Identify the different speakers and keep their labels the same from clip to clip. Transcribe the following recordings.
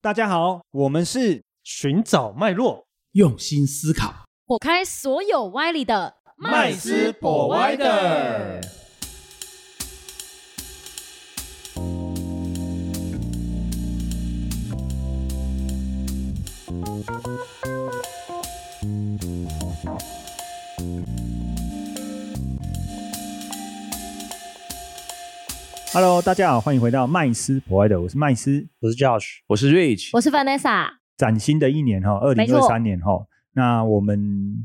Speaker 1: 大家好，我们是
Speaker 2: 寻找脉络，
Speaker 3: 用心思考。
Speaker 4: 火开所有歪理的
Speaker 2: 麦斯博歪的。
Speaker 1: Hello，大家好，欢迎回到麦斯博爱的，我是麦斯。
Speaker 2: 我是 Josh，
Speaker 5: 我是 Rich，
Speaker 4: 我是 Vanessa，
Speaker 1: 崭新的一年哈，二
Speaker 4: 没
Speaker 1: 零
Speaker 4: 错
Speaker 1: 二三年哈，那我们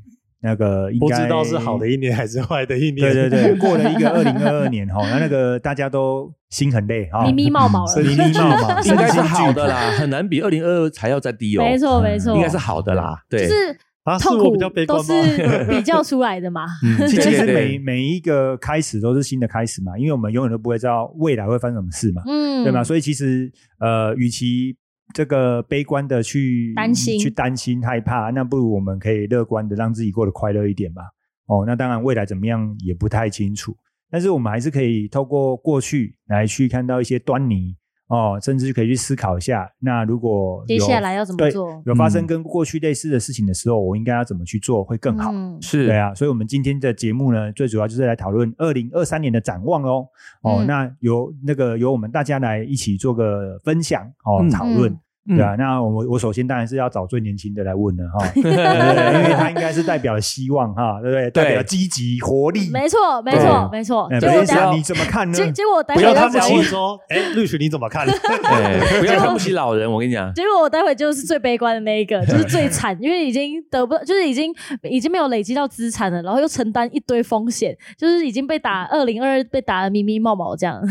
Speaker 1: 那个应
Speaker 2: 不
Speaker 1: 该
Speaker 2: 知道是好的一年还是坏的一年。
Speaker 1: 对对对， 过了一个二零二二年哈，那那个大家都心很累哈，
Speaker 4: 咪咪冒毛了
Speaker 1: 咪。咪冒冒，
Speaker 5: 应该是好的啦，很难比二零二二还要再低哦。
Speaker 4: 没错，没错，
Speaker 5: 应该是好的啦。
Speaker 4: 就
Speaker 5: 对，
Speaker 4: 是
Speaker 2: 啊，是
Speaker 4: 痛
Speaker 2: 我
Speaker 4: 苦
Speaker 2: 比较悲观
Speaker 4: 都
Speaker 2: 吗？
Speaker 4: 是比较出来的嘛。
Speaker 5: 嗯
Speaker 1: 其实其实每
Speaker 5: 对对
Speaker 1: 每一个开始都是新的开始嘛，因为我们永远都不会知道未来会发生什么事嘛，
Speaker 4: 嗯，
Speaker 1: 对吗？所以其实呃，与其这个悲观的去
Speaker 4: 担心
Speaker 1: 去担心、害怕，那不如我们可以乐观的让自己过得快乐一点嘛。哦，那当然未来怎么样也不太清楚，但是我们还是可以透过过去来去看到一些端倪哦，甚至可以去思考一下，那如果
Speaker 4: 接
Speaker 1: 有
Speaker 4: 下来要怎么
Speaker 1: 对
Speaker 4: 做嗯
Speaker 1: 有发生跟过去类似的事情的时候，我应该要怎么去做会更好？
Speaker 4: 嗯
Speaker 5: 是
Speaker 1: 对，啊，所以我们今天的节目呢，最主要就是来讨论二零二三年的展望喽。哦，
Speaker 4: 嗯
Speaker 1: 那由那个由我们大家来一起做个分享哦，
Speaker 5: 嗯
Speaker 1: 讨论。
Speaker 4: 嗯
Speaker 1: 对啊，那我我首先当然是要找最年轻的来问了 哈，对对啊对因为他应该是代表了希望哈，对不对？代表积极活力。
Speaker 4: 没错，没错，没错。
Speaker 1: 哎
Speaker 4: 结果
Speaker 1: 等一下
Speaker 4: 等
Speaker 1: 你怎么嗯看呢？
Speaker 4: 结结果我待
Speaker 2: 不
Speaker 4: 会
Speaker 2: 要
Speaker 4: 要
Speaker 2: 他们
Speaker 4: 讲
Speaker 2: 讲，问说，哎，绿群你怎么 看？
Speaker 5: 哎，不要看不起老人，我跟你讲，
Speaker 4: 结果我待会就是最悲观的那一个，就是最惨，因为已经得不，就是已经已经没有累积到资产了，然后又承担一堆风险，就是已经被打二零二被打的咪咪冒毛这样。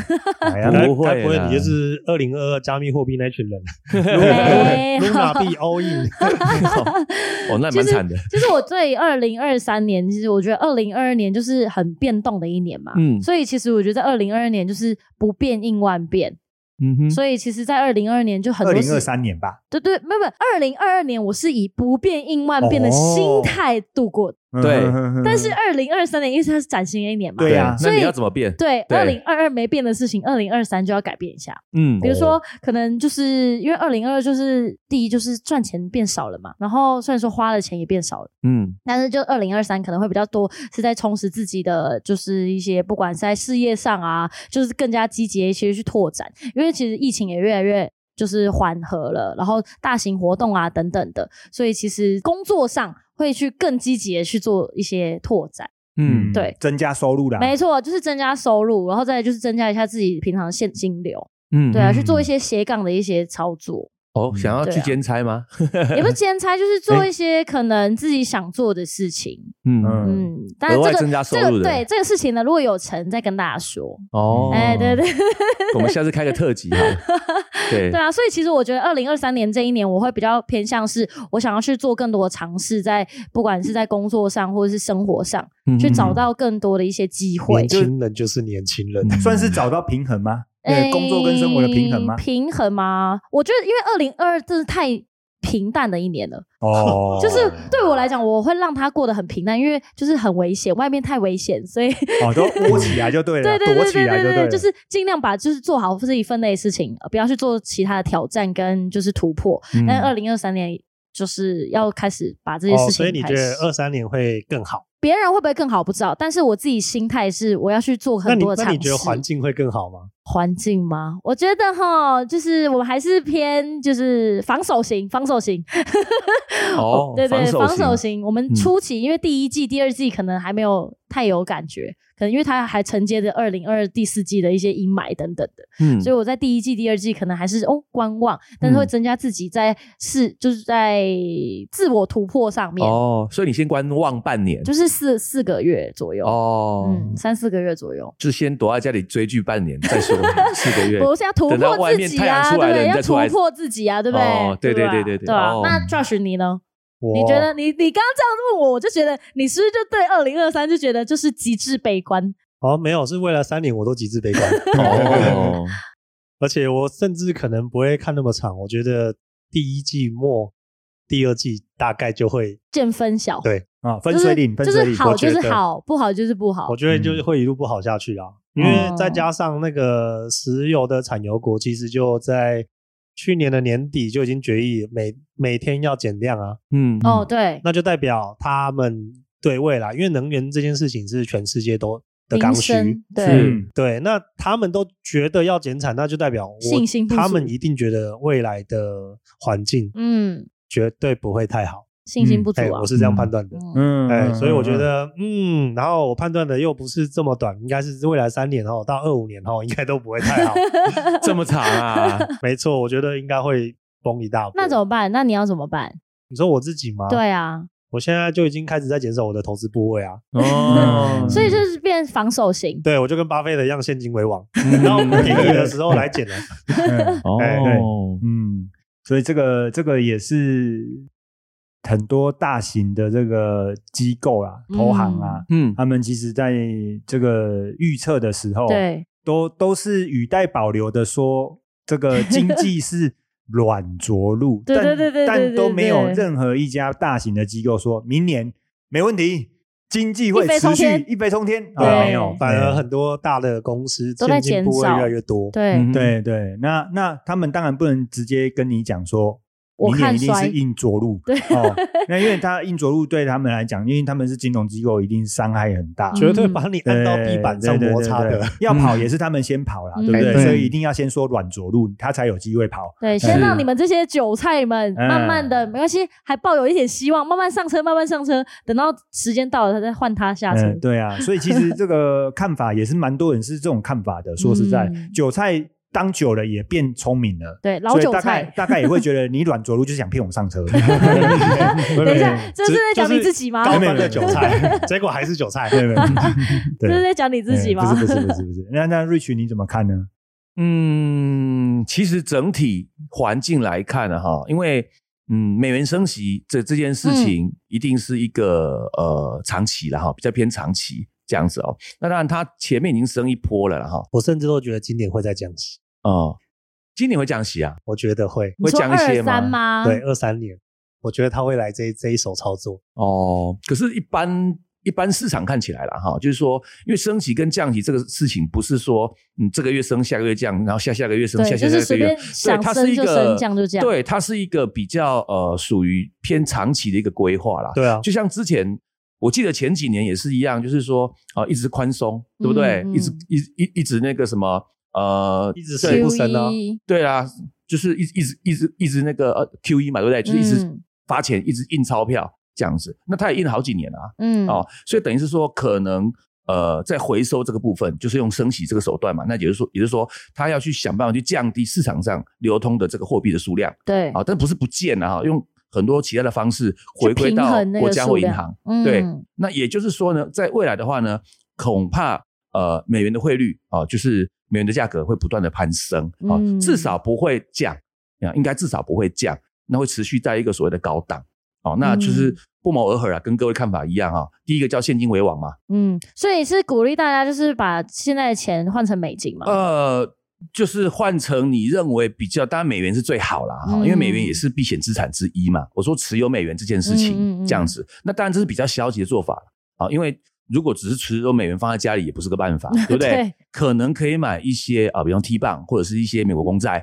Speaker 1: 哎呀
Speaker 5: 不
Speaker 2: 该
Speaker 5: 会啦啊
Speaker 2: 该不会你就是二零二二加密货币那群人
Speaker 4: 没有
Speaker 2: ？Luna 币 all in，
Speaker 5: 哦，那蛮惨的。
Speaker 4: 其实我对二零二三年，其实我觉得二零二二年就是很变动的一年嘛，
Speaker 5: 嗯
Speaker 4: 所以其实我觉得二零二二年就是不变应万变，
Speaker 5: 嗯哼，
Speaker 4: 所以其实，在二零二二年就很
Speaker 1: 二
Speaker 4: 多
Speaker 1: 零
Speaker 4: 事
Speaker 1: 二，三年吧，
Speaker 4: 对对，没有没有，二零二二年我是以不变应万变的
Speaker 5: 哦
Speaker 4: 心态度过，
Speaker 5: 对
Speaker 1: 嗯
Speaker 4: 但是二零二三年因为它是崭新的一年嘛，
Speaker 1: 对啊
Speaker 5: 那
Speaker 4: 所以
Speaker 5: 你要怎么变？
Speaker 4: 对，
Speaker 5: 对
Speaker 4: 二零二二没变的事情，二零二三就要改变一下。
Speaker 5: 嗯
Speaker 4: 比如说，可能就是因为二零二就是第一就是赚钱变少了嘛，然后虽然说花的钱也变少了，
Speaker 5: 嗯，
Speaker 4: 但是就二零二三可能会比较多是在充实自己的，就是一些不管是在事业上啊，就是更加积极一些去拓展，因为其实疫情也越来越。就是缓和了，然后大型活动啊等等的，所以其实工作上会去更积极的去做一些拓展。
Speaker 5: 嗯，
Speaker 4: 对
Speaker 1: 增加收入啦，
Speaker 4: 没错，就是增加收入，然后再来就是增加一下自己平常的现金流，
Speaker 5: 嗯
Speaker 4: 对啊，去
Speaker 1: 嗯
Speaker 4: 做一些斜杠的一些操作，
Speaker 5: 哦，想要
Speaker 4: 对
Speaker 5: 去
Speaker 4: 啊
Speaker 5: 兼差吗？
Speaker 4: 也不是兼差，就是做一些可能自己想做的事情。
Speaker 1: 嗯
Speaker 4: 嗯，当然
Speaker 5: 额
Speaker 4: 这
Speaker 5: 外
Speaker 4: 个
Speaker 5: 增加收
Speaker 4: 这
Speaker 5: 入的
Speaker 4: 个对这个事情呢，如果有成再跟大家说。
Speaker 5: 哦，
Speaker 4: 哎，对，对
Speaker 5: 我们下次开个特辑好了。对
Speaker 4: 对，啊，所以其实我觉得二零二三年这一年，我会比较偏向是我想要去做更多的尝试，在不管是在工作上或者是生活上，
Speaker 5: 嗯
Speaker 4: 去找到更多的一些机会
Speaker 2: 年。轻人就是年轻
Speaker 4: 嗯
Speaker 2: 人，
Speaker 1: 算是找到平衡吗？
Speaker 4: 哎
Speaker 1: 对，工作跟生活的平衡吗
Speaker 4: 诶？平衡吗？我觉得，因为二零二真是太平淡的一年了，
Speaker 1: 哦，
Speaker 4: 就是对我来讲，我会让它过得很平淡，因为就是很危险，外面太危险，所以
Speaker 1: 哦，都窝起来就对了，
Speaker 4: 对对对
Speaker 1: 躲
Speaker 4: 对
Speaker 1: 起来
Speaker 4: 对
Speaker 1: 就
Speaker 4: 对，
Speaker 1: 对了，
Speaker 4: 就是尽量把就是做好自己分内的事情，呃不要去做其他的挑战跟就是突破。
Speaker 5: 嗯
Speaker 4: 但二零二三年。就是要开始把这些
Speaker 2: 哦，
Speaker 4: 事情开始、
Speaker 2: 所以你觉得二三年会更好？
Speaker 4: 别人会不会更好不知道，但是我自己心态是我要去做
Speaker 2: 那
Speaker 4: 很
Speaker 2: 你
Speaker 4: 多的
Speaker 2: 那
Speaker 4: 尝试。
Speaker 2: 你觉得环境会更好吗？
Speaker 4: 环境吗？我觉得哈，就是我们还是偏就是防守型，防守型，
Speaker 5: 哦
Speaker 4: 对对，
Speaker 5: 防守
Speaker 4: 防
Speaker 5: 型
Speaker 4: 守
Speaker 2: 嗯
Speaker 4: 型。我们初期、因为第一季、第二季可能还没有太有感觉，可能因为它还承接着二零二第四季的一些阴霾等等的，
Speaker 5: 嗯
Speaker 4: 所以我在第一季、第二季可能还是哦观望，但是会增加自己在是、就是在自我突破上面，
Speaker 5: 哦，所以你先观望半年
Speaker 4: 就是四四个月左右，
Speaker 5: 哦，
Speaker 4: 嗯，三四个月左右。
Speaker 5: 就先躲在家里追剧半年再 说，四个月。
Speaker 4: 不是要突
Speaker 5: 等到
Speaker 4: 破
Speaker 5: 外
Speaker 4: 自
Speaker 5: 面
Speaker 4: 己
Speaker 5: 太阳
Speaker 4: 啊，对
Speaker 5: 出
Speaker 4: 不
Speaker 5: 来了
Speaker 4: 对？
Speaker 5: 你
Speaker 4: 要
Speaker 5: 再出来
Speaker 4: 突破自己啊，对不对？
Speaker 5: 哦对
Speaker 4: 对
Speaker 5: 对
Speaker 4: 吧
Speaker 5: 对对对
Speaker 4: 对吧
Speaker 5: 哦
Speaker 4: 那 Josh 你呢？
Speaker 2: 我
Speaker 4: 你觉得你你刚刚这样问我，我就觉得你是不是就对二零二三就觉得就是极致悲观？
Speaker 2: 哦，没有，是为了三年我都极 致悲观。
Speaker 5: 哦，
Speaker 2: 而且我甚至可能不会看那么长，我觉得第一季末、第二季大概就会，
Speaker 4: 见分晓，
Speaker 2: 对
Speaker 1: 啊，分
Speaker 4: 就
Speaker 1: 水
Speaker 4: 是
Speaker 1: 岭，分
Speaker 4: 就
Speaker 1: 水
Speaker 4: 是
Speaker 1: 岭，
Speaker 4: 好
Speaker 1: 我觉
Speaker 4: 就
Speaker 1: 得
Speaker 4: 是好，不好就是不好哦
Speaker 2: 我。觉得就是会一路不好下去啊。因为再加上那个石油的产油国，其实就在去年的年底就已经决议每每天要减量啊，
Speaker 5: 嗯，
Speaker 4: 哦，对，
Speaker 2: 那就代表他们对未来，因为能源这件事情是全世界都的刚
Speaker 4: 民
Speaker 2: 需，
Speaker 4: 生对，
Speaker 5: 是
Speaker 1: 嗯
Speaker 2: 对，那他们都觉得要减产，那就代表我
Speaker 4: 信心不足
Speaker 2: 他们一定觉得未来的环境
Speaker 4: 嗯，
Speaker 2: 绝对不会太好。
Speaker 4: 信心不足
Speaker 2: 哎，
Speaker 4: 啊
Speaker 2: 我，是这样判断的。
Speaker 4: 嗯，
Speaker 1: 嗯
Speaker 2: 哎，所以我觉得，嗯，然后我判断的又不是这么短，应该是未来三年后到二五年哦后应该都不会 太好。
Speaker 5: 嗯这么长啊，
Speaker 2: 没错，我觉得应该会崩一大波。
Speaker 4: 那怎么办？那你要怎么办？
Speaker 2: 你说我自己吗？，
Speaker 4: 对啊，
Speaker 2: 我现在就已经开始在减少我的投资部位啊。
Speaker 5: 哦，
Speaker 4: 所以就是变防守型，
Speaker 2: 对，我就跟巴菲特一样，现金为王，
Speaker 5: 嗯
Speaker 2: 然后 便宜的时候来啊减了。
Speaker 1: 嗯
Speaker 2: 哎
Speaker 1: 对
Speaker 5: 哦，
Speaker 1: 嗯，所以这个这个也是很多大型的这个机构啦、投行啊，
Speaker 5: 嗯，
Speaker 1: 他们其实在这个预测的时候，
Speaker 4: 对，
Speaker 1: 都都是语带保留的说，这个经济 是软着陆，
Speaker 4: 对
Speaker 1: 但
Speaker 4: 对对对对
Speaker 1: 但都没有
Speaker 4: 对对
Speaker 1: 任何一家大型的机构说明年没问题，经济会
Speaker 4: 一飞
Speaker 1: 持
Speaker 4: 冲
Speaker 1: 续
Speaker 4: 天
Speaker 1: 一飞冲天，
Speaker 4: 对
Speaker 1: 啊没有，
Speaker 2: 反
Speaker 1: 没有
Speaker 2: 而很多大的公司
Speaker 4: 都在
Speaker 2: 现金
Speaker 4: 减
Speaker 2: 部位
Speaker 4: 少
Speaker 2: 越来越多。
Speaker 4: 对
Speaker 5: 嗯，
Speaker 1: 对对，那那他们当然不能直接跟你讲说，
Speaker 4: 我
Speaker 1: 明
Speaker 4: 看
Speaker 1: 年一定
Speaker 4: 衰
Speaker 1: 是硬着陆，
Speaker 4: 对
Speaker 1: 哦，那因为他硬着陆对他们来讲，因为他们是金融机构，一定伤害很大，
Speaker 2: 绝对把你按到
Speaker 1: 对
Speaker 2: 地板上
Speaker 1: 对对
Speaker 2: 摩擦
Speaker 1: 对
Speaker 2: 的
Speaker 1: 对。要跑也是他们先跑啦，对
Speaker 4: 嗯
Speaker 1: 不对？
Speaker 5: 嗯
Speaker 1: 所以一定要先说软着陆，他才有机会跑。
Speaker 4: 对，先让你们这些韭菜们
Speaker 1: 嗯
Speaker 4: 慢慢的，没关系，还抱有一点希望，慢慢上车，慢慢上车，等到时间到了，他再换他下车。
Speaker 1: 嗯，对啊，所以其实这个看法也是蛮多人是这种看法的。说实在
Speaker 4: 嗯，
Speaker 1: 韭菜当久了也变聪明了。
Speaker 4: 对，老
Speaker 1: 所以
Speaker 4: 韭
Speaker 1: 大概。
Speaker 4: 菜
Speaker 1: 大概也会觉得你软着陆就是想骗我上车，
Speaker 4: 等一下
Speaker 2: 没有，
Speaker 4: 这是在讲你自己吗？
Speaker 2: 高
Speaker 1: 没有
Speaker 2: 端
Speaker 1: 没有
Speaker 2: 的韭 菜，结果还是韭菜。
Speaker 1: 对不对？
Speaker 4: 这是
Speaker 1: 对，
Speaker 4: 在讲 你自己吗？
Speaker 1: 哎 不是不是不是不是。那那 Rich 你怎么看呢？
Speaker 5: 嗯，其实整体环境来看啊，哈，因为嗯，美元升息这这件事情一定是一个、呃长期了哈，比较偏长期这样子哦。那当然，它前面已经升一波了啦哈，
Speaker 2: 我甚至都觉得今年会再降息，
Speaker 5: 哦，今年会降息啊？
Speaker 2: 我觉得会。
Speaker 4: 你说
Speaker 5: 会讲一些
Speaker 4: 二
Speaker 5: 吗
Speaker 4: 三吗？
Speaker 2: 对，，二三年，我觉得他会来这这一手操作。
Speaker 5: 哦，可是，一般一般市场看起来了哈，就是说，因为升息跟降息这个事情，不是说嗯这个月升，下个月降，然后下下个月升，
Speaker 4: 对
Speaker 5: 下下
Speaker 4: 就
Speaker 5: 下
Speaker 4: 是
Speaker 5: 个
Speaker 4: 随
Speaker 5: 月
Speaker 4: 便
Speaker 5: 对，
Speaker 4: 想
Speaker 5: 它
Speaker 4: 升
Speaker 5: 是一
Speaker 4: 就
Speaker 5: 个
Speaker 4: 升降就降
Speaker 5: 对，它是一个比较呃属于偏长期的一个规划啦。
Speaker 2: 对啊，
Speaker 4: 嗯
Speaker 5: 就像之前。我记得前几年也是一样，就是说，呃，一直宽松，对不对？
Speaker 4: 嗯嗯
Speaker 5: 一直一一一直那个什么，呃，
Speaker 2: 一直
Speaker 5: 对
Speaker 2: 升不升呢？
Speaker 4: Q1
Speaker 5: 对啊，就是一一直一直一直那个呃 Q E 嘛，对不对？就是一直
Speaker 4: 嗯
Speaker 5: 发钱，一直印钞票这样子。那他也印了好几年啊，
Speaker 4: 嗯，
Speaker 5: 哦，所以等于是说，可能呃，在回收这个部分，就是用升息这个手段嘛。那也就是说，也就是说，他要去想办法去降低市场上流通的这个货币的数量
Speaker 4: 对
Speaker 5: 啊、，但不是不见了哈、用很多其他的方式回归
Speaker 4: 平
Speaker 5: 到
Speaker 4: 衡那
Speaker 5: 国
Speaker 4: 个
Speaker 5: 家
Speaker 4: 数
Speaker 5: 或银
Speaker 4: 量
Speaker 5: 行。
Speaker 4: 嗯
Speaker 5: 对那也就是说呢，在未来的话呢，恐怕呃美元的汇率啊、就是美元的价格会不断的攀升啊、
Speaker 4: 嗯
Speaker 5: 至少不会降啊，应该至少不会降，那会持续在一个所谓的高档哦，那就是不谋而合啊，跟各位看法一样啊、第一个叫现金为王嘛，
Speaker 4: 嗯，所以是鼓励大家就是把现在的钱换成美金嘛？
Speaker 5: 呃。就是换成你认为比较，当然美元是最好啦，哈、
Speaker 4: 嗯
Speaker 5: 因为美元也是避险资产之一嘛。我说持有美元这件事情，
Speaker 4: 嗯嗯嗯
Speaker 5: 这样子，那当然这是比较消极的做法啊，因为如果只是持有美元放在家里也不是个办法，对不对？
Speaker 4: 对
Speaker 5: 可能可以买一些啊，比方 T 棒或者是一些美国公债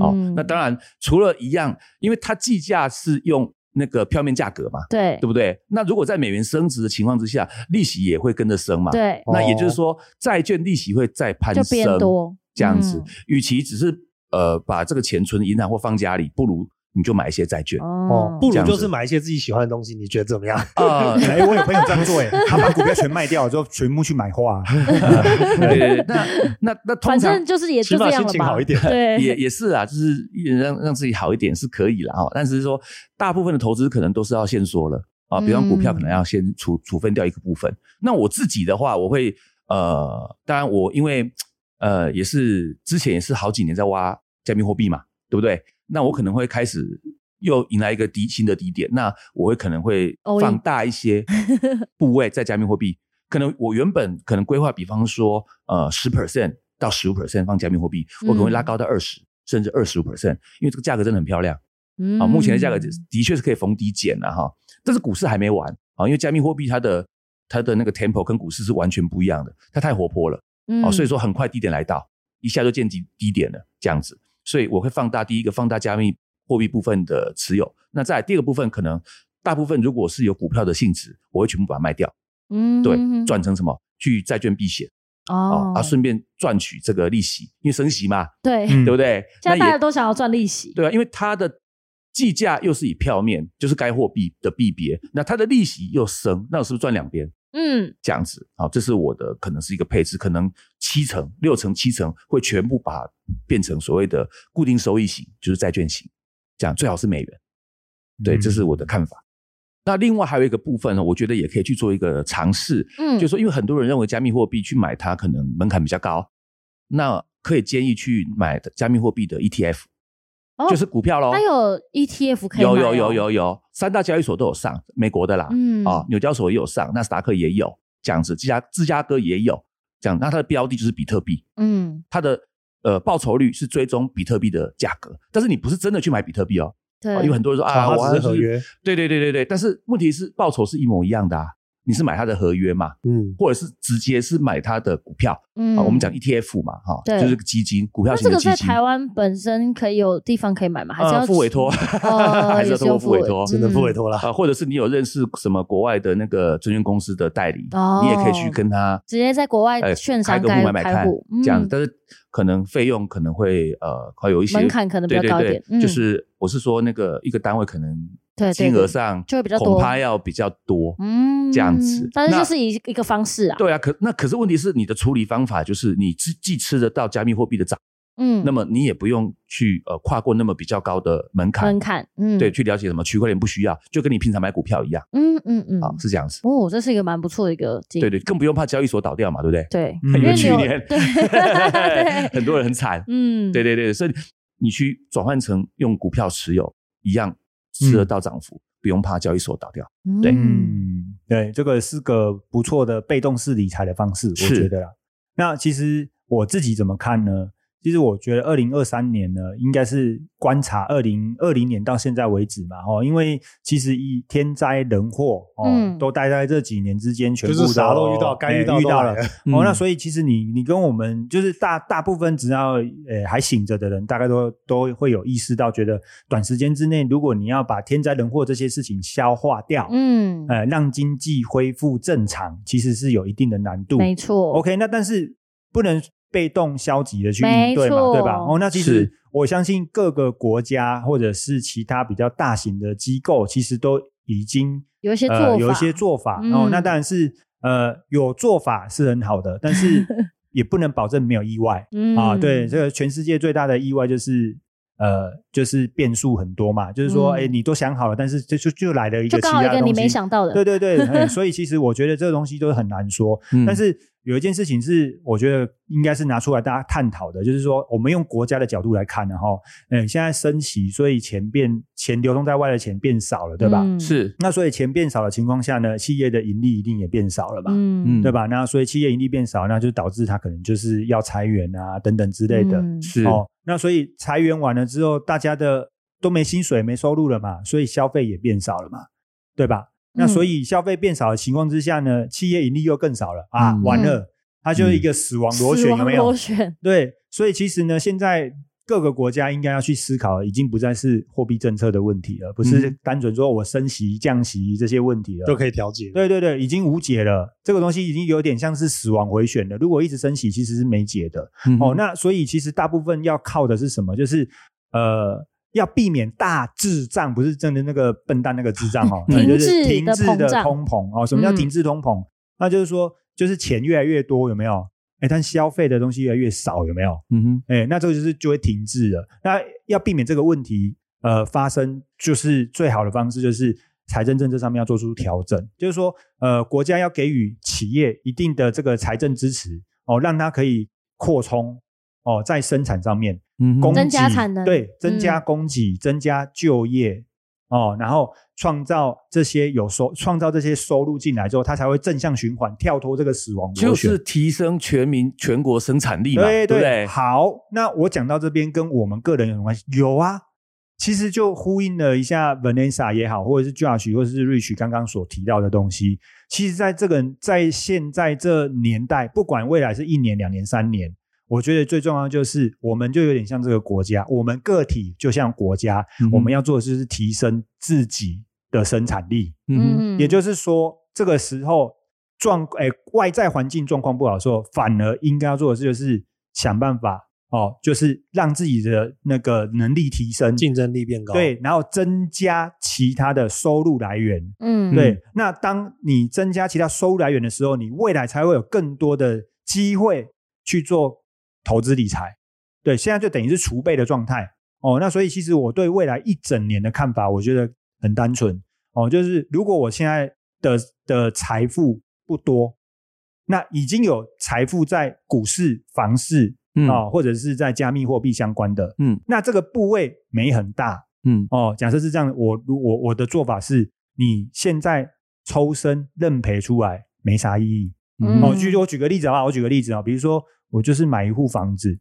Speaker 5: 哦。
Speaker 4: 嗯，
Speaker 5: 那当然，除了一样，因为它计价是用那个票面价格嘛，
Speaker 4: 对
Speaker 5: 对不对？那如果在美元升值的情况之下，利息也会跟着升嘛。。
Speaker 4: 对，
Speaker 5: 那也就是说，债券利息会再攀
Speaker 4: 就
Speaker 5: 升，
Speaker 4: 变多
Speaker 5: 这样子
Speaker 4: 嗯。
Speaker 5: 与其只是呃把这个钱存银行或放家里，不如你就买一些债券。
Speaker 2: 哦
Speaker 1: 嗯
Speaker 4: 哦，
Speaker 2: 不
Speaker 5: 这
Speaker 2: 如
Speaker 5: 样
Speaker 2: 就是
Speaker 5: 子
Speaker 2: 买一些自己喜欢的东西，你觉得怎么样？
Speaker 5: 啊，
Speaker 1: 哎，我有朋友这样做，哎，他把股票全卖掉之后，全部去买花。啊
Speaker 5: 对对对，那那那通
Speaker 4: 反
Speaker 5: 常
Speaker 4: 正就是也
Speaker 2: 起
Speaker 4: 就
Speaker 2: 码
Speaker 4: 这样
Speaker 2: 心
Speaker 4: 了
Speaker 2: 情
Speaker 4: 吧
Speaker 2: 好一。点。
Speaker 4: 对，
Speaker 5: 也也是啊，就是让让自己好一点是可以了哈、但是说，大部分的投资可能都是要限缩了啊，比方股票可
Speaker 4: 嗯
Speaker 5: 能要先处处分掉一个部分。那我自己的话，我会呃，当然我因为呃也是之前也是好几年在挖加密货币嘛，对不对？那我可能会开始又迎来一个低新的低点，那我会可能会
Speaker 4: All in
Speaker 5: 放大一些部位在加密货币。可能我原本可能规划，比方说呃十 percent 到十五 percent 放加密货币，我可能会拉
Speaker 4: 嗯
Speaker 5: 高到二十、甚至二十五 percent，因为这个价格真的很漂亮
Speaker 4: 嗯
Speaker 5: 啊。目前的价格的确是可以逢低减了、哈，但是股市还没完啊，因为加密货币它的它的那个 tempo 跟股市是完全不一样的，它太活泼了。哦，所以说
Speaker 4: 说
Speaker 5: 很快低点来到，一下就见低低点了，这样子。所以我会放大第一个放大加密货币部分的持有，那在第二个部分可能大部分如果是有股票的性质，我会全部把它卖掉，
Speaker 4: 嗯，
Speaker 5: 对
Speaker 4: 哼哼，
Speaker 5: 转成什么去债券避险
Speaker 4: 哦
Speaker 5: 啊，啊，顺便赚取这个利息，因为升息嘛，
Speaker 4: 对，
Speaker 1: 嗯
Speaker 5: 对不对？
Speaker 4: 现在大
Speaker 5: 那
Speaker 4: 家
Speaker 5: 也
Speaker 4: 都想要赚利息，
Speaker 5: 对啊，因为它的计价又是以票面，就是该货币的币别，那它的利息又升，那我是不是赚两边？
Speaker 4: 嗯，
Speaker 5: 这样子啊，这是我的可能是一个配置，可能七成、六成、七成会全部把它变成所谓的固定收益型，就是债券型，这样最好是美元。对，
Speaker 1: 嗯
Speaker 5: 这是我的看法。那另外还有一个部分呢，我觉得也可以去做一个尝试，
Speaker 4: 嗯，
Speaker 5: 就是说，因为很多人认为加密货币去买它可能门槛比较高，那可以建议去买的加密货币的 ETF，、
Speaker 4: 哦
Speaker 5: 就是股票喽
Speaker 4: 它。有 ETF 可以
Speaker 5: 哦有
Speaker 4: 买
Speaker 5: 有有
Speaker 4: 哦，
Speaker 5: 有有，三大交易所都有上，美国的啦，
Speaker 4: 嗯
Speaker 5: 啊，纽交所也有上，纳斯达克也有这样子，芝加芝加哥也有这样。那它的标的就是比特币，
Speaker 4: 嗯，
Speaker 5: 它的呃报酬率是追踪比特币的价格，但是你不是真的去买比特币哦，
Speaker 4: 对，
Speaker 5: 啊因为很多人说啊，
Speaker 2: 啊，
Speaker 5: 我
Speaker 2: 它
Speaker 5: 还
Speaker 2: 只是合，约，
Speaker 5: 对对对对对，但是问题是报酬是一模一样的啊，你是买它的合约嘛，
Speaker 2: 嗯，
Speaker 5: 或者是直接是买它的股票
Speaker 4: 嗯
Speaker 5: 啊？我们讲 ETF 嘛，哈，
Speaker 4: 对
Speaker 5: 就是基金，股票
Speaker 4: 那
Speaker 5: 型
Speaker 4: 这
Speaker 5: 的
Speaker 4: 个
Speaker 5: 基
Speaker 4: 在
Speaker 5: 金，
Speaker 4: 台湾本身可以有地方可以买吗？还是要
Speaker 5: 呃付委托，
Speaker 4: 哦
Speaker 5: 还是要
Speaker 4: 也
Speaker 5: 通
Speaker 4: 用
Speaker 5: 过付委托，
Speaker 2: 真的
Speaker 4: 嗯
Speaker 2: 不委托啦。
Speaker 5: 啊，或者是你有认识什么国外的那个证券公司的代理，
Speaker 4: 哦
Speaker 5: 你也可以去跟他
Speaker 4: 直接在国外
Speaker 5: 呃
Speaker 4: 券
Speaker 5: 开
Speaker 4: 商
Speaker 5: 个
Speaker 4: 开
Speaker 5: 户买买
Speaker 4: 开
Speaker 5: 看
Speaker 4: 户，
Speaker 5: 这样
Speaker 4: 嗯，
Speaker 5: 但是可能费用可能会呃会有一些
Speaker 4: 门槛可能比
Speaker 5: 对
Speaker 4: 较
Speaker 5: 对
Speaker 4: 高一
Speaker 5: 对
Speaker 4: 点，嗯
Speaker 5: 就是我是说那个一个单位可能
Speaker 4: 对对
Speaker 5: 金
Speaker 4: 对
Speaker 5: 额上
Speaker 4: 就会比较
Speaker 5: 恐
Speaker 4: 多
Speaker 5: 怕要比较多，
Speaker 4: 嗯
Speaker 5: 这样子
Speaker 4: 但是
Speaker 5: 那
Speaker 4: 就是一一个方式啊，
Speaker 5: 对啊，可那可是问题是你的处理方法就是你既既吃得到加密货币的涨，
Speaker 4: 嗯，
Speaker 5: 那么你也不用去呃跨过那么比较高的门槛
Speaker 4: 门，槛，嗯，
Speaker 5: 对，，去了解什么区块链不需要，就跟你平常买股票一样
Speaker 4: 嗯嗯嗯，
Speaker 5: 啊，是这样子。
Speaker 4: 哦，这是一个蛮不错的一个建
Speaker 5: 对
Speaker 4: 议，
Speaker 5: 对，更不用怕交易所倒掉嘛，对不 对？
Speaker 4: 对，
Speaker 1: 嗯
Speaker 5: 因
Speaker 1: 因
Speaker 5: 为
Speaker 1: 为
Speaker 5: 去
Speaker 4: 你有
Speaker 5: 年
Speaker 4: 对 对
Speaker 5: 很多人很惨，
Speaker 4: 嗯，
Speaker 5: 对对对，所以你去转换成用股票持有，一样吃得到涨幅，不用怕交易所倒掉。对
Speaker 4: 嗯
Speaker 1: 嗯，对，这个是个不错的被动式理财的方式，我
Speaker 5: 是
Speaker 1: 觉得啦。那其实我自己怎么看呢？其实我觉得二零二三年呢，应该是观察二零二零年到现在为止嘛，哦，因为其实以天灾人祸哦，
Speaker 4: 嗯
Speaker 1: 都待在这几年之间，全部
Speaker 2: 就是啥都遇到
Speaker 1: 哎
Speaker 2: 该遇到都
Speaker 1: 遇到
Speaker 2: 来
Speaker 1: 了，
Speaker 2: 了
Speaker 1: 哦，那
Speaker 5: 嗯
Speaker 1: 所以其实你你跟我们就是大大部分只要呃还醒着的人，大概都都会有意识到，觉得短时间之内，如果你要把天灾人祸这些事情消化掉，
Speaker 4: 嗯，
Speaker 1: 呃，让经济恢复正常，其实是有一定的难度。
Speaker 4: 没错
Speaker 1: OK，那但是不能被动消极的去
Speaker 4: 没
Speaker 1: 应对嘛，
Speaker 4: 错
Speaker 1: 对吧？哦，那其实
Speaker 5: 是
Speaker 1: 我相信各个国家或者是其他比较大型的机构，其实都已经
Speaker 4: 有一些做
Speaker 1: 呃有一
Speaker 4: 法
Speaker 1: 些做法。哦
Speaker 4: 嗯，
Speaker 1: 那当然是呃有做法是很好的，但 是也不能保证没有意外。
Speaker 4: 嗯
Speaker 1: 啊，对，这个全世界最大的意外就是。呃，就是变数很多嘛，就是说，
Speaker 4: 嗯
Speaker 1: 哎、你都想好了，但是就就就来了一
Speaker 4: 就
Speaker 1: 个其
Speaker 4: 刚好
Speaker 1: 他
Speaker 4: 一
Speaker 1: 的
Speaker 4: 个
Speaker 1: 东
Speaker 4: 你
Speaker 1: 西，
Speaker 4: 没想到的，
Speaker 1: 对对 对，哎所以其实我觉得这个东西都很难说。
Speaker 5: 嗯
Speaker 1: 但是有一件事情是，我觉得应该是拿出来大家探讨的，就是说我们用国家的角度来看然后嗯，现在升息，所以钱变钱流通在外的钱变少了，对吧？
Speaker 4: 嗯
Speaker 5: 是
Speaker 1: 那所以钱变少的情况下呢，企业的盈利一定也变少了嘛，
Speaker 4: 嗯
Speaker 1: 对吧？那所以企业盈利变少，那就导致它可能就是要裁员啊等等之类的。
Speaker 4: 嗯
Speaker 5: 是
Speaker 1: 哦，那所以裁员完了之后，大家的都没薪水、没收入了嘛，所以消费也变少了嘛，对吧？那
Speaker 4: 嗯
Speaker 1: 所以消费变少的情况之下呢，企业盈利又更少了啊，
Speaker 5: 嗯
Speaker 1: 完了，它就是一个死亡螺
Speaker 4: 死
Speaker 1: 旋，
Speaker 4: 亡
Speaker 1: 有没有
Speaker 4: 螺？旋
Speaker 1: 对，所以其实呢，现在各个国家应该要去思考，已经不再是货币政策的问题了，不是
Speaker 5: 嗯
Speaker 1: 单纯说我升息、降息这些问题了，
Speaker 2: 就可以调节。
Speaker 1: 对对对，已经无解了。这个东西已经有点像是死亡回旋了。如果一直升息，其实是没解的。
Speaker 5: 嗯
Speaker 1: 哦，那所以其实大部分要靠的是什么？就是呃，要避免大滞胀，不是真的那个笨蛋那个滞胀 哦，
Speaker 5: 停
Speaker 1: 对就是
Speaker 4: 滞
Speaker 1: 停
Speaker 4: 的
Speaker 1: 滞
Speaker 4: 膨
Speaker 1: 的
Speaker 4: 胀
Speaker 1: 通膨哦。什么叫
Speaker 4: 嗯
Speaker 1: 停滞通膨？那就是说，就是钱越来越多，有没有？哎，但消费的东西越来越少，有没有？
Speaker 5: 嗯哼，
Speaker 1: 哎，那这个就是就会停滞了。那要避免这个问题呃发生，就是最好的方式就是财政政策上面要做出调整，就是说呃国家要给予企业一定的这个财政支持哦，让它可以扩充哦在生产上面
Speaker 5: 嗯
Speaker 1: 供
Speaker 5: 哼，
Speaker 4: 增加
Speaker 1: 给
Speaker 4: 产能
Speaker 1: 对，增加
Speaker 4: 嗯
Speaker 1: 供给，增加就业。哦，然后创造这些有收，创造这些收入进来之后，它才会正向循环，跳脱这个死亡
Speaker 5: 就
Speaker 1: 螺旋。
Speaker 5: 是提升全民全国生产力嘛，
Speaker 1: 对
Speaker 5: 不对？
Speaker 1: 好，那我讲到这边跟我们个人有什么关系？有啊，其实就呼应了一下 Vanessa 也好，或者是 Josh 或者是 Rich 刚刚所提到的东西。其实，在这个在现在这年代，不管未来是一年、两年、三年，我觉得最重要就是，我们就有点像这个国家，我们个体就像国家，
Speaker 5: 嗯哼
Speaker 1: 我们要做的就是提升自己的生产力。
Speaker 5: 嗯
Speaker 1: 也就是说，这个时候状诶、外在环境状况不好的时候，反而应该要做的事就是想办法哦，就是让自己的那个能力提升，
Speaker 2: 竞争力变高。
Speaker 1: 对，然后增加其他的收入来源。
Speaker 4: 嗯，
Speaker 1: 对，那当你增加其他收入来源的时候，你未来才会有更多的机会去做投资理财。对，现在就等于是储备的状态哦。那所以其实我对未来一整年的看法，我觉得很单纯哦，就是如果我现在的的财富不多，那已经有财富在股市、房市
Speaker 5: 嗯
Speaker 1: 啊、哦或者是在加密货币相关的，
Speaker 5: 嗯，
Speaker 1: 那这个部位没很大，
Speaker 5: 嗯
Speaker 1: 哦，假设是这样，我如我我的做法是，你现在抽身认赔出来没啥意义。
Speaker 5: 嗯
Speaker 1: 哦，
Speaker 4: 嗯
Speaker 1: 举我举个例子啊，我举个例子啊，比如说我就是买一户房子，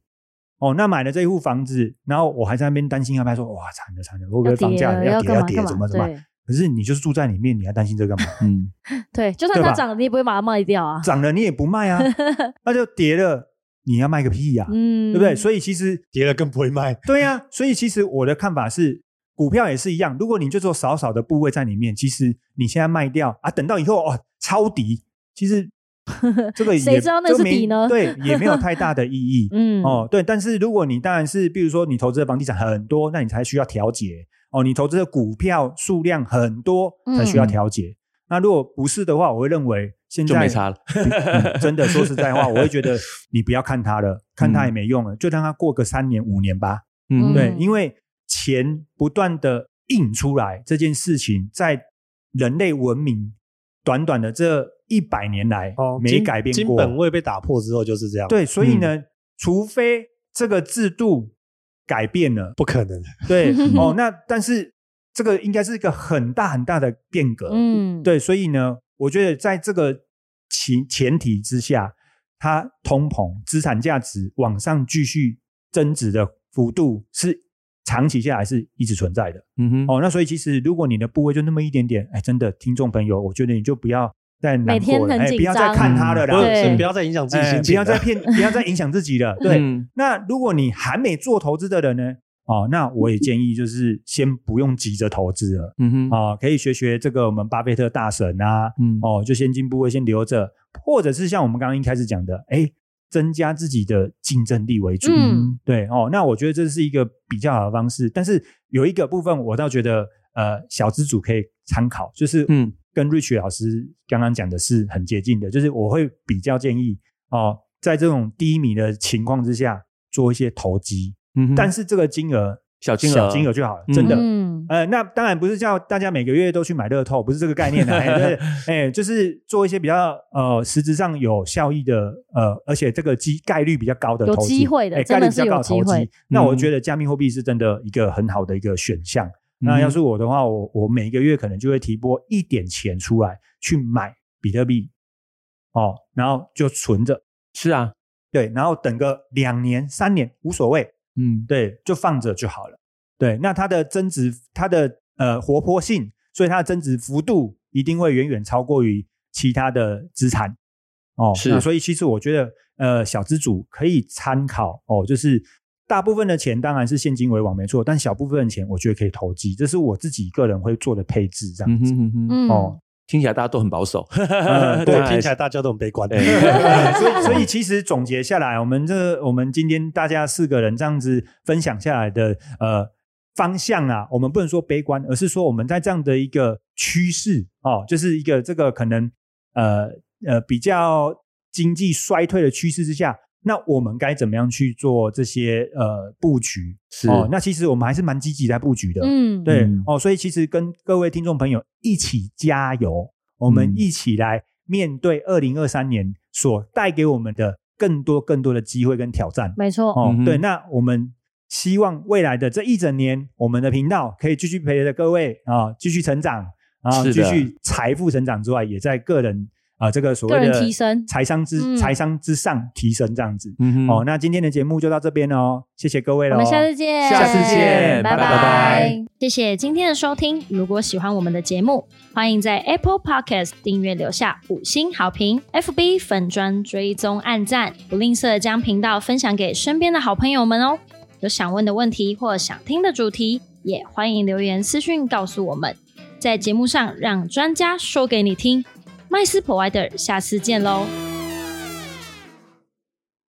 Speaker 1: 哦，那买了这一户房子，然后我还在那边担心害怕说，哇，惨了惨了，会不
Speaker 4: 要
Speaker 1: 会房
Speaker 4: 跌
Speaker 1: 价
Speaker 4: 了，
Speaker 1: 要跌
Speaker 4: 干
Speaker 1: 要
Speaker 4: 嘛
Speaker 1: 跌
Speaker 4: 干嘛？
Speaker 1: 怎么怎么办？
Speaker 4: 对
Speaker 1: 可是你就是住在里面，你还担心这干嘛？
Speaker 5: 嗯
Speaker 4: 对，就算
Speaker 1: 对
Speaker 4: 它
Speaker 1: 吧
Speaker 4: 涨了，你也不会把它卖掉啊。
Speaker 1: 涨了你也不卖啊， 那就跌了你要卖个屁呀、
Speaker 4: 嗯，
Speaker 1: 啊对不对？所以其实
Speaker 2: 跌了更不会卖。
Speaker 1: 对呀、所以其实我的看法是，股票也是一样，如果你就做少少的部位在里面，其实你现在卖掉啊，等到以后哦超底，其 实这个也
Speaker 4: 谁知道那
Speaker 1: 这个
Speaker 4: 是
Speaker 1: 没
Speaker 4: 底呢
Speaker 1: 对，也没有太大的意义。
Speaker 4: 嗯，
Speaker 1: 哦，对，但是如果你当然是，比如说你投资的房地产很多，那你才需要调节哦。你投资的股票数量很多，才需要
Speaker 5: 嗯
Speaker 1: 调节。那如果不是的话，我会认为现在
Speaker 5: 就没差了。
Speaker 1: 嗯真的，说实在话，我会觉得你不要看它 了，看它也没用了，就让它过个三年五年吧。
Speaker 5: 嗯
Speaker 1: 对，
Speaker 4: 嗯
Speaker 1: 因为钱不断的印出来这件事情，在人类文明短短的这一百年来
Speaker 2: 哦，
Speaker 1: 没
Speaker 2: 金
Speaker 1: 改变
Speaker 2: 金
Speaker 1: 过。
Speaker 2: 本位被嗯打破之后就是这样。，
Speaker 1: 对，所以呢，除非这个制度改变了，
Speaker 2: 不可能。
Speaker 1: 对哦，那但是这个应该是一个很大很大的变 革。
Speaker 4: 嗯，
Speaker 1: 对，所以呢，我觉得在这个前前提之下，它通膨、资产价值往上继续增值的幅度是长期下来是一直存在的。
Speaker 5: 嗯哼，
Speaker 1: 哦，那所以其实如果你的部位就那么一点点，哎，真的，听众朋友，我觉得你就不要再难
Speaker 4: 每天
Speaker 1: 过了，
Speaker 4: 很
Speaker 1: 哎，
Speaker 4: 紧
Speaker 1: 不要再
Speaker 4: 张
Speaker 1: 看它了
Speaker 2: 不
Speaker 1: 啦，
Speaker 2: 是
Speaker 4: 对
Speaker 2: 嗯先不要再影响自己
Speaker 1: 哎
Speaker 2: 心
Speaker 1: 不
Speaker 2: 情
Speaker 1: 要
Speaker 2: 了，
Speaker 1: 再 骗，不要再影响自己 了。对，
Speaker 5: 嗯
Speaker 1: 那如果你还没做投资的人呢？哦，那我也建议就是先不用急着投资了。
Speaker 5: 嗯哼，
Speaker 1: 啊、可以学学这个我们巴菲特大神啊，
Speaker 5: 嗯
Speaker 1: 哦，就先进部位先留着，或者是像我们刚刚一开始讲的，哎，增加自己的竞争力为主，
Speaker 4: 嗯
Speaker 1: 对哦，那我觉得这是一个比较好的方式，但是有一个部分我倒觉得，呃，小资主可以参考，就是
Speaker 5: 嗯
Speaker 1: 跟 Rich 老师刚刚讲的是很接近的，就是我会比较建议哦，在这种低迷的情况之下做一些投机，
Speaker 5: 嗯哼，
Speaker 1: 但
Speaker 5: 是
Speaker 1: 是这个金额
Speaker 5: 小金额
Speaker 1: 小金额就好了，真的。
Speaker 4: 嗯
Speaker 1: 呃，那当然不是叫大家每个月都去买乐透，不是这个概念的、啊，哎、对哎就是做一些比较呃实质上有效益的呃，而且这个机概率比较高的
Speaker 4: 有
Speaker 1: 投机
Speaker 4: 机会的
Speaker 1: 哎
Speaker 4: 真
Speaker 1: 概
Speaker 4: 的
Speaker 1: 率比
Speaker 4: 是
Speaker 1: 较
Speaker 4: 有
Speaker 1: 高的投
Speaker 4: 机会
Speaker 1: 机。那我
Speaker 5: 嗯
Speaker 1: 觉得加密货币是真的一个很好的一个选项。
Speaker 5: 嗯
Speaker 1: 那啊要是我的话，我我每个月可能就会提拨一点钱出来去买比特币，哦，然后就存着，
Speaker 5: 是啊，
Speaker 1: 对，然后等个两年三年无所谓，
Speaker 5: 嗯
Speaker 1: 对，就放着就好了。对，那它的增值，它的呃活泼性，所以它的增值幅度一定会远远超过于其他的资产。哦，
Speaker 5: 是
Speaker 1: 那所以其实我觉得，呃，小资主可以参考哦，就是大部分的钱当然是现金为王没错，但小部分的钱我觉得可以投机，这是我自己个人会做的配置这
Speaker 5: 嗯
Speaker 1: 样子。
Speaker 5: 哼嗯哼，
Speaker 4: 嗯
Speaker 1: 哦
Speaker 5: 听起来大家都很保守，
Speaker 1: 嗯
Speaker 2: 对
Speaker 1: 对，
Speaker 2: 听起来大家都很 悲观。
Speaker 1: 对所以，所以其实总结下来，我们这我们今天大家四个人这样子分享下来的呃方向啊，我们不能说悲观，而是说我们在这样的一个趋势哦，就是一个这个可能呃呃比较经济衰退的趋势之下，那我们该怎么样去做这些呃布局？
Speaker 5: 是
Speaker 1: 哦，那其实我们还是蛮积极在布局的。
Speaker 4: 嗯，
Speaker 1: 对、
Speaker 5: 嗯
Speaker 1: 哦，所以其实跟各位听众朋友一起加油，我们
Speaker 5: 嗯
Speaker 1: 一起来面对二零二三年所带给我们的更多更多的机会跟挑战。
Speaker 4: 没错，
Speaker 1: 哦，
Speaker 5: 嗯哼
Speaker 1: 对，那我们希望未来的这一整年，我们的频道可以继续陪着各位啊、继续成长啊、
Speaker 5: 是的
Speaker 1: 继续财富成长之外，也在个人啊、这个所
Speaker 4: 个
Speaker 1: 谓
Speaker 4: 人
Speaker 1: 的
Speaker 4: 提升
Speaker 1: 财商之
Speaker 4: 嗯
Speaker 1: 财商之上提升这样子。
Speaker 5: 嗯
Speaker 1: 哦，，那今天的节目就到这边哦，谢谢各位
Speaker 4: 我
Speaker 1: 喽，
Speaker 4: 们下次见，
Speaker 5: 下次见
Speaker 4: 拜
Speaker 5: 拜
Speaker 4: 拜
Speaker 5: 拜。
Speaker 4: 谢谢今天的收听，如果喜欢我们的节目，欢迎在 Apple Podcast 订阅留下五星好评，FB 粉砖追踪按赞，不吝啬将频道分享给身边的好朋友们哦。有想问的问题或想听的主题，也欢迎留言私讯告诉我们，在节目上让专家说给你听。麦斯 Provider，下次见喽。